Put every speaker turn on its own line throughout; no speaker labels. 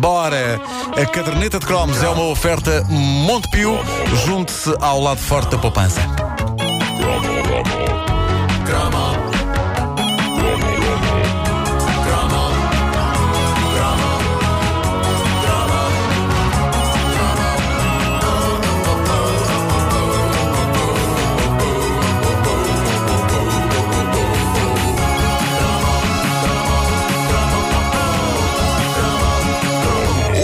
Embora a caderneta de cromos é uma oferta Montepio, junte-se ao lado forte da poupança.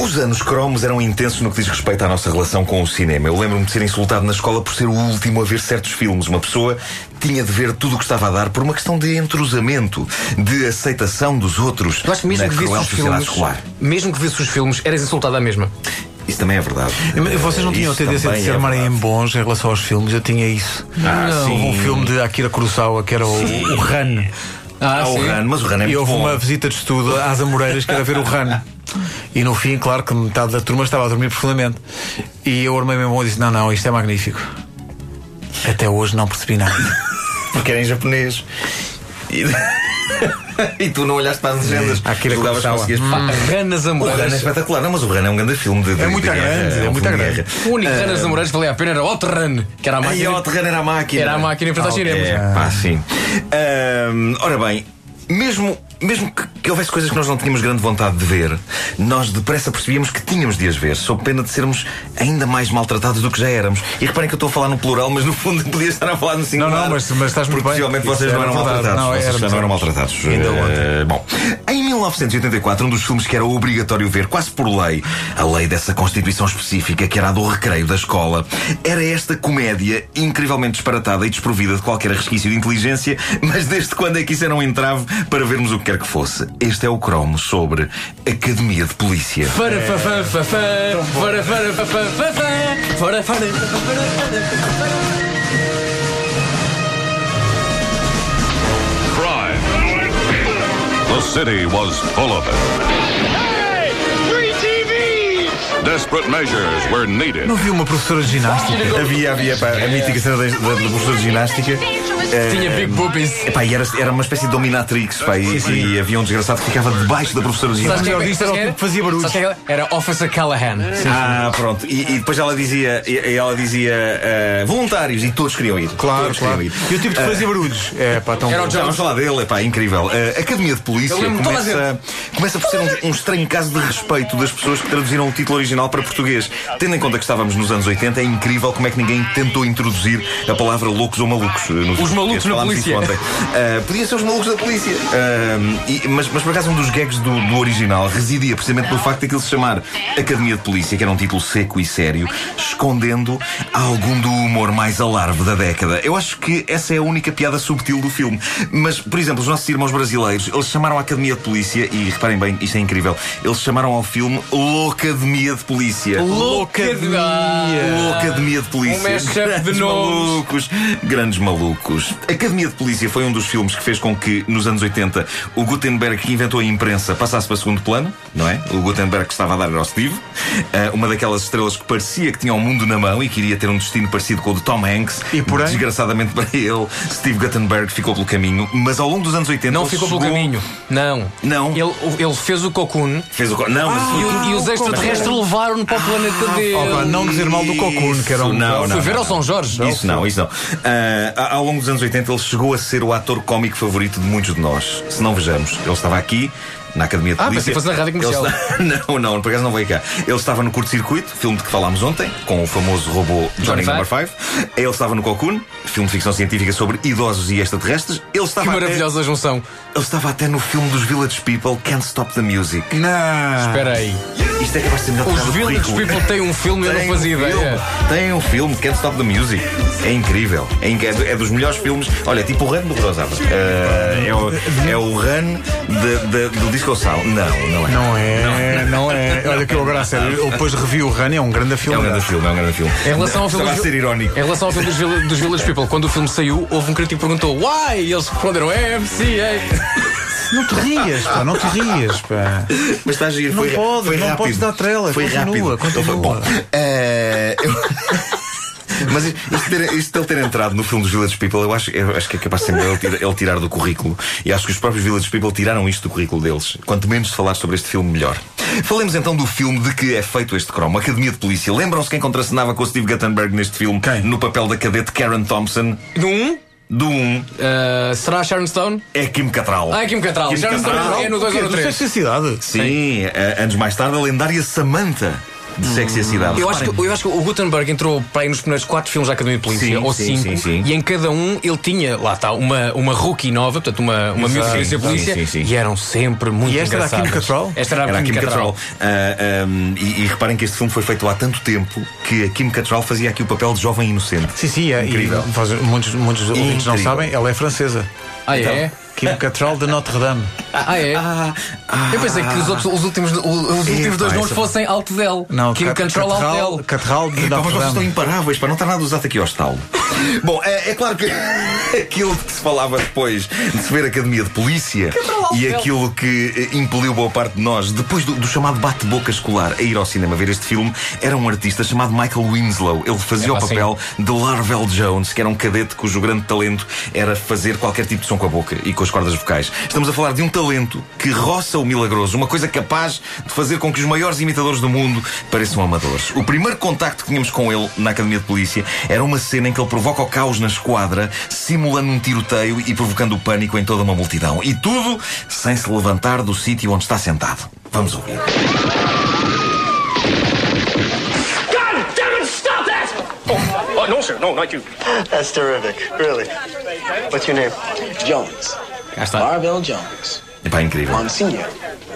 Os anos cromos eram intensos no que diz respeito à nossa relação com o cinema. Eu lembro-me de ser insultado na escola por ser o último a ver certos filmes. Uma pessoa tinha de ver tudo o que estava a dar por uma questão de entrosamento, de aceitação dos outros
Eu acho que mesmo
na
que visse
é cruel
os
sociedade
filmes,
escolar.
mesmo que visse os filmes, eras insultado à mesma.
Isso também é verdade.
Vocês não
Eh,
tinham a tendência
isso
de
também
ser
é
marem
verdade.
bons em relação aos filmes, eu tinha isso.
Ah,
Não,
sim.
Houve um filme de Akira Kurosawa que era o, o Ran.
Ah, o Ran, mas o Ran é
e
muito
houve
bom.
uma visita de estudo às Amoreiras que era ver o Ran. E no fim, claro que metade da turma estava a dormir profundamente. E eu armei-me bom e disse: Não, não, isto é magnífico. Até hoje não percebi nada.
Porque era em japonês. E... e tu não olhaste para as legendas.
Akira
Julgavas que
Kurosawa. Hum.
conseguias-
Ranas
O Ran é
Amoreiras.
espetacular, não, mas o Ran é um grande filme de, de
É muito
de guerra,
grande, é
um
muito
filme de
grande.
guerra.
O único Ranas Amoreiras que valia a pena era Otto Ran, que era a
Ai,
máquina.
ó, o terreno era a máquina.
Era a máquina em frente aos
Ah, ok.
cinemas.
Pá, sim. Ahm, ora bem, mesmo, mesmo que, que houvesse coisas que nós não tínhamos grande vontade de ver, nós depressa percebíamos que tínhamos de as ver, sob pena de sermos ainda mais maltratados do que já éramos. E reparem que eu estou a falar no plural, mas no fundo podia estar a falar no singular.
não, mas- mas estás muito
porque
bem.
Possivelmente vocês
Isso
não
era
eram
verdade.
maltratados.
Não,
vocês já
éramos.
não eram maltratados.
Ainda
Eh, Bom, em 1984, um dos filmes que era obrigatório ver, quase por lei, a lei dessa Constituição específica, que era a do recreio da escola, era esta comédia incrivelmente disparatada e desprovida de qualquer resquício de inteligência, mas desde quando é que isso era um entrave para vermos o que quer que fosse? Este é o cromo sobre Academia de Polícia.
Fara, fa, fa, fa, fa, fara, fara, fa, fa, fa, fa, fara, fara, fa, fa, fara, fara, fa, fa.
crime. The city was full of it.
Hey! Three TVs!
Desperate measures were needed.
Não vi uma professora de ginástica.
Havia, havia, pá, a mítica cena da, da, da professora de ginástica. É.
Tinha Big Boobies.
Epá, e era, era uma espécie de dominatrix, pá, e, e havia um desgraçado que ficava debaixo da professora de ginástica.
Sabes quem é
melhor
que-
disto era o
sabes
tipo que fazia barulho.
sabes quem é que- Era Officer Callahan.
Ah, pronto. E, e depois ela dizia, e- e ela dizia eh, voluntários e todos queriam ir.
Claro,
todos
claro.
queriam
E
ir.
o tipo de fazer barulhos. É, pá, tão
Era
bom.
o
Já vamos falar dele, epá, é incrível. A Academia de Polícia
Eu lembro toda a
começa, começa por ser um, um estranho caso de respeito das pessoas que traduziram o título original para português. Tendo em conta que estávamos nos anos 80, é incrível como é que ninguém tentou introduzir a palavra loucos ou malucos. eh, nos
Os
portugueses.
malucos na
Falámos
polícia.
disso ontem. Ah, podia ser os malucos da polícia. Ah, e- mas, mas por acaso um dos gags do, do original residia precisamente no facto de aquilo se chamar Academia de Polícia, que era um título seco e sério, escondendo algum do humor mais alarve da década. Eu acho que essa é a única piada subtil do filme. Mas, por exemplo, os nossos irmãos brasileiros, eles chamaram a Academia de Polícia, e reparem bem, isto é incrível, eles chamaram ao filme Loucademia de Polícia.
Loucademia.
Academia de Polícia.
É. Um mashup de
grandes
nomes.
malucos. Grandes malucos. Academia de Polícia foi um dos filmes que fez com que, nos anos 80, o Gutenberg que inventou a imprensa passasse para segundo plano, não é? O Gutenberg que estava a dar era o Steve, ah, uma daquelas estrelas que parecia que tinha o mundo na mão e queria ter um destino parecido com o de Tom Hanks.
E porém?
Desgraçadamente para ele, Steve Gutenberg ficou pelo caminho, mas ao longo dos anos 80.
Não
ele
ficou pelo
chegou-
caminho. Não.
Não.
Ele, ele fez o Cocoon
Fez o. co- Não, é mas
Ah, e, o- e os extraterrestres levaram-no para o planeta
Ah,
dele.
opa, não dizer mal do Cocoon, que era um.
Isso, não,
Fui ver ao São Jorge.
Isso não, isso não. Ah, ao longo dos anos 80, ele chegou a ser o ator cómico favorito de muitos de nós. Se não vejamos, ele estava aqui. Na Academia de
Ah,
Polícia.
pensei que fosse na Rádio
Ele
Comercial.
está- Não, não, por acaso não veio cá. Ele estava no Curto Circuito, filme de que falámos ontem, com o famoso robô Johnny
Johnny
Number 5. Ele estava no Cocoon, filme de ficção científica sobre idosos e extraterrestres. Ele
Que
estava, até, ele
maravilhosa junção.
estava até no filme dos Village People, Can't Stop the Music.
Não.
Espera aí.
Isto é capaz de ser melhor
Os
tocado do
Village
currículo.
People têm um filme e eu não
Tem
fazia
um filme,
ideia.
Tem um filme, Can't Stop the Music. É incrível. É, inc- é do- é dos melhores filmes. Olha, é tipo o Run do Rosava. é, o, é o Run de- de- do Disco Sound. Não, não é.
Não é, não é. Olha que eu agora a sério. Eu depois revi o Rani, é um grande filme.
É um grande filme, é um grande filme.
Em relação ao filme,
Estava a
dos-
ser irónico.
em relação ao filme dos, Vill- dos Village People, quando o filme saiu, houve um crítico que perguntou Why? E eles responderam "É MCA.
Não te rias, pá, não te rias, pá.
Mas está a giro,
Não
foi,
pode,
foi
não
rápido.
podes dar trela,
Foi
continua,
rápido.
continua.
Então foi bom. Eh, eu- Mas isto, isto ter- isto de ele ter entrado no filme dos Village People, eu acho, eu acho que é capaz sempre ele, tira- ele tirar do currículo. E acho que os próprios Village People tiraram isto do currículo deles. Quanto menos se falar sobre este filme, melhor. Falemos então do filme de que é feito este cromo, Academia de Polícia. Lembram-se quem contracenava com o Steve Guttenberg neste filme?
Quem?
No papel da cadete Karen Thompson,
No 1,
do 1,
será a Sharon Stone?
é Kim Cattrall.
Ah, é Kim Cattrall. Sharon Stone é no 2 ou no
Tu
3.
tens cidade?
Sim, eh, anos mais tarde, a lendária Samantha de Sexy e a Cidade.
Hum. Eu acho, que, eu acho que o Gutenberg entrou para aí nos primeiros quatro filmes da Academia de Polícia,
Sim,
ou
sim,
cinco,
sim, sim.
e em cada um ele tinha, lá está, uma, uma rookie nova, portanto, uma, uma miúda de ciência
sim,
polícia,
sim, sim.
e eram sempre muito
E esta era a Kim
engraçadas.
Cattrall?
Esta era a
Era a Kim Cattrall.
Cattrall.
Ah, ahm, e, e reparem que este filme foi feito há tanto tempo que a Kim Cattrall fazia aqui o papel de jovem inocente.
Sim, sim, é, e
Incrível.
faz- muitos, muitos ouvintes não
Incrível.
sabem, ela é francesa.
Ah, é?
Então,
Kim Cattrall de Notre Dame.
Ah, é? eu pensei que os, outros, os últimos, os últimos
Epá,
dois nomes
essa-
fossem Alt Del.
Não,
Kim
Cat-
Cattrall Alt
Catedral-
Del.
Catedral de
Epá, Então, mas
Notre
vocês estão
Dame.
imparáveis, para não está nada usado aqui ao estalo. Bom, é, é claro que aquilo que se falava depois de se ver Academia de Polícia e aquilo que eh, impeliu boa parte de nós, depois do, do chamado bate-boca escolar a ir ao cinema ver este filme, era um artista chamado Michael Winslow. Ele fazia
Epá,
o papel de Larvel Jones, que era um cadete cujo grande talento era fazer qualquer tipo de som com a boca e com as cordas vocais. Estamos a falar de um talento que roça o milagroso, uma coisa capaz de fazer com que os maiores imitadores do mundo pareçam amadores. O primeiro contacto que tínhamos com ele na Academia de Polícia era uma cena em que ele provoca o caos na esquadra, simulando um tiroteio e provocando o pânico em toda uma multidão. E tudo sem se levantar do sítio onde está sentado. Vamos ouvir.
God damn it, stop that! Oh, oh, no, sir, no, not you.
That's terrific, really. What's your name?
Jones.
Cá está.
Marvell Jones.
Epá, incrível.
Monsignor.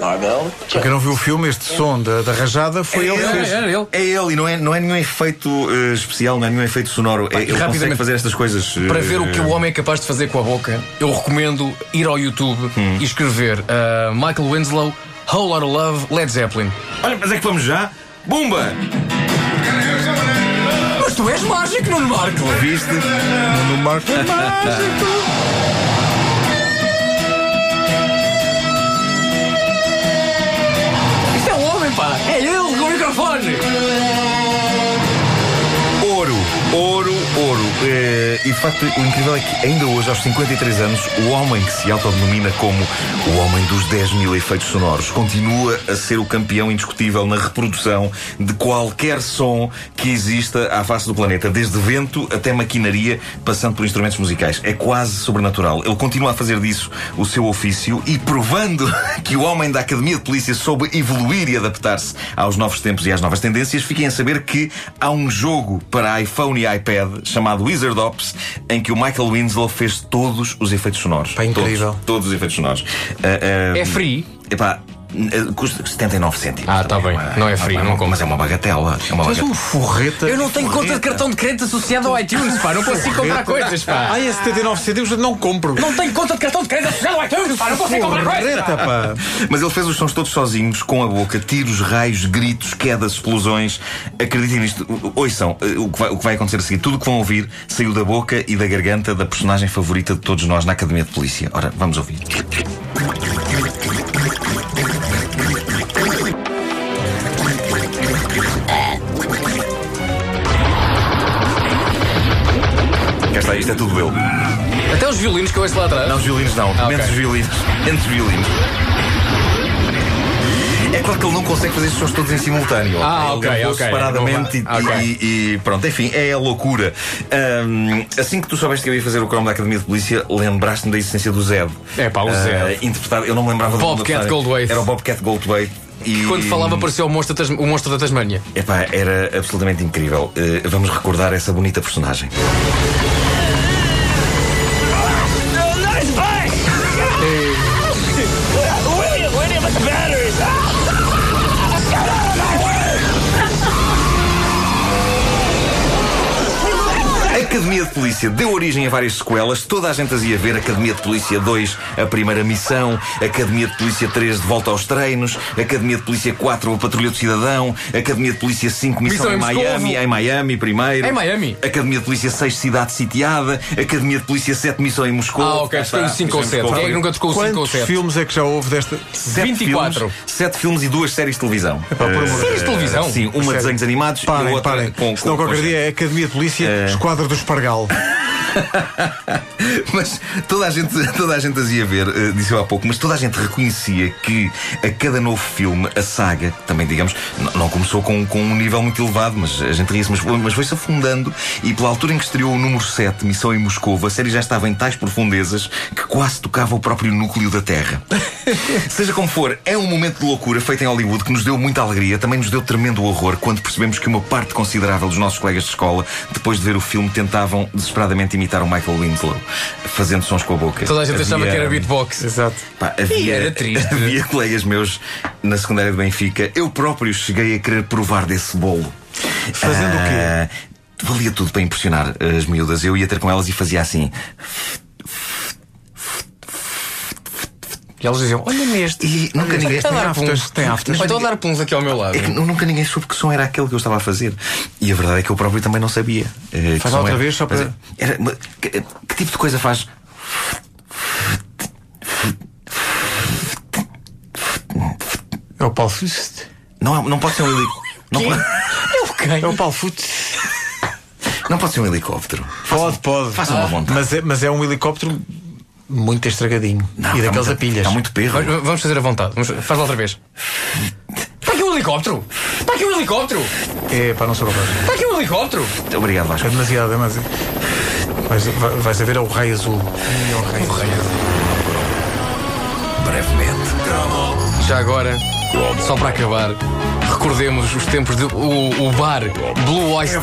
Marvell
Para quem
Jones.
não viu o filme, este som da, da rajada foi ele que
Era,
fez.
era ele.
É ele, e não é, não é nenhum efeito eh, especial, não é nenhum efeito sonoro. É, ele
rapidamente.
consegue fazer estas coisas. eh,
Para ver o que o homem é capaz de fazer com a boca, eu recomendo ir ao YouTube e escrever ah, Michael Winslow, Whole Lotta Love, Led Zeppelin.
Olha, mas é que vamos já. Bumba!
Mas tu és mágico, Nuno Marco!
Viste?
No Marco
Isto é o homem, pá! É ele com o microfone!
Ouro, ouro, ouro. Eh, e de facto, o incrível é que ainda hoje, aos 53 anos, o homem que se autodenomina como o homem dos 10 mil efeitos sonoros continua a ser o campeão indiscutível na reprodução de qualquer som que exista à face do planeta, desde vento até maquinaria, passando por instrumentos musicais. É quase sobrenatural. Ele continua a fazer disso o seu ofício e provando que o homem da Academia de Polícia soube evoluir e adaptar-se aos novos tempos e às novas tendências, fiquem a saber que há um jogo para iPhone e iPad chamado Wizard Ops em que o Michael Winslow fez todos os efeitos sonoros.
Pá, incrível.
Todos, todos os efeitos sonoros. Ah, ah,
É free?
Epá, ah, custa 79 cêntimos.
Ah, tá bem. Não é free,
pá,
não
uma-
compro.
Mas é uma bagatela. É uma
Mas
bagatela.
um forreta.
Eu não tenho conta de cartão de crédito associado ao iTunes, pá! Não consigo comprar coisas,
Ah,
pá!
é 79 cêntimos, não compro.
Não tenho conta de cartão de crédito associado ao iTunes, pá! Não consigo comprar coisas!
Forreta, pá.
Mas ele fez os sons todos sozinhos, com a boca, tiros, raios, gritos, quedas, explosões. Acreditem nisto, ouçam eh, o que, vai, o que vai acontecer a seguir. Tudo o que vão ouvir saiu da boca e da garganta da personagem favorita de todos nós na Academia de Polícia. Ora, vamos ouvir. Cá está, isto é tudo ele.
Até os violinos que eu ouço lá atrás.
Não, os violinos não.
Ah, ok.
Menos os violinos. Menos os violinos. É claro que ele não consegue fazer estes sons todos em simultâneo.
Ah,
Ele
ok,
gravou
ok.
Separadamente
Não vai-
e-
ok.
e, e pronto, enfim, é a loucura. Ahm, assim que tu soubeste que eu ia fazer o cromo da Academia de Polícia, lembraste-me da existência do Zed.
É pá, o
Ah,
Zed.
interpretado, eu não me lembrava do nome do
Bobcat
personagem.
Goldthwait.
Era o Bobcat Goldthwait. E...
Quando falava parecia o monstro, da Tas- o monstro da Tasmânia.
Epá, era absolutamente incrível. Eh, vamos recordar essa bonita personagem.
Nice bike! William, William, with the batteries!
A Academia de de Polícia deu origem a várias sequelas, toda a gente as ia ver. Academia de Polícia 2, a primeira missão. Academia de Polícia 3, de volta aos treinos. Academia de Polícia 4, a Patrulha do Cidadão. Academia de Polícia 5, missão,
Missão
em
em
Miami.
Moscovo.
Em Miami, primeiro.
Em Miami?
Academia de Polícia 6, Cidade Sitiada. Academia de Polícia 7, missão em Moscou.
Ah, ok, escolhe o 5 ou 7. Quem é que nunca tocou o 5 ou
Quantos
7?
filmes é que já houve desta.
24.
7 filmes e duas séries de televisão.
Pá, por amor de
Séries de televisão?
Sim, uma
Sério?
desenhos animados e a
Parem,
outra
parem.
com,
Senão
com-
qualquer
com-
dia é Academia de Polícia, Esquadra do Espargal.
Mas toda a gente, toda a gente as ia ver, eh, disse eu há pouco, mas toda a gente reconhecia que a cada novo filme, a saga, também digamos, n- não começou com, com um nível muito elevado, mas a gente ria-se, mas, foi- mas foi-se afundando. E pela altura em que estreou o número 7, Missão em Moscou, a série já estava em tais profundezas que quase tocava o próprio núcleo da Terra. Seja como for, é um momento de loucura feito em Hollywood que nos deu muita alegria, também nos deu tremendo horror quando percebemos que uma parte considerável dos nossos colegas de escola, depois de ver o filme, tentavam desesperadamente imitar o Michael Winslow, fazendo sons com a boca.
Toda a gente achava que era beatbox.
Exato.
Pá, havia,
era triste.
havia colegas meus na secundária de Benfica. Eu próprio cheguei a querer provar desse bolo.
Fazendo o quê?
o quê? Valia tudo para impressionar as miúdas. Eu ia ter com elas e fazia assim.
E eles
Então,
diziam: Olha-me este.
E nunca ninguém.
então
Está a dar
aftas,
puns.
tem aftas.
Ou então a dar puns aqui ao meu lado.
É que nunca ninguém soube que som era aquele que eu estava a fazer. E a verdade é que eu próprio também não sabia. eh, que
Faz
som
outra
era.
vez, só
Mas
para-
era- mas que, que tipo de coisa faz?
É o Paulo Futs.
Não, há- não pode ser um helicóptero. Não, pode-
É o Paulo Futs.
não pode ser um helicóptero.
Pode, pode.
façam à vontade.
Mas é, mas é um helicóptero muito estragadinho.
Não,
e
está
daqueles
muito-
a pilhas.
Está muito perro.
Vai- Vamos fazer à vontade. Vamos- Faz lá outra vez. Está aqui um helicóptero! Está aqui um helicóptero!
É, pá, não sou capaz.
Está aqui um helicóptero!
Obrigado, Vasco.
É demasiado, é demasiado. Vais, vai- vais a ver é o raio azul. É o raio azul.
Já agora, só para acabar, recordemos os tempos do o, o bar Blue Oyster,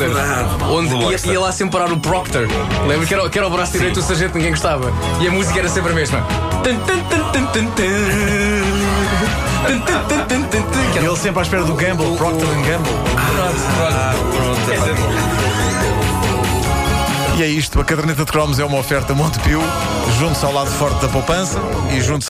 onde
É Blue
ia,
Oyster.
ia lá sempre parar o Proctor. Lembro que era, que era o braço direito do sargento, ninguém gostava. E a música era sempre a mesma. Tan, tan, tan, tan, tan, tan. Tan, tan, tan, tan, tan, tan. Que era-
Ele sempre à espera do Gamble, Procter and Gamble. E é isto, a caderneta de cromos é uma oferta Montepio, junto ao lado forte da poupança e junto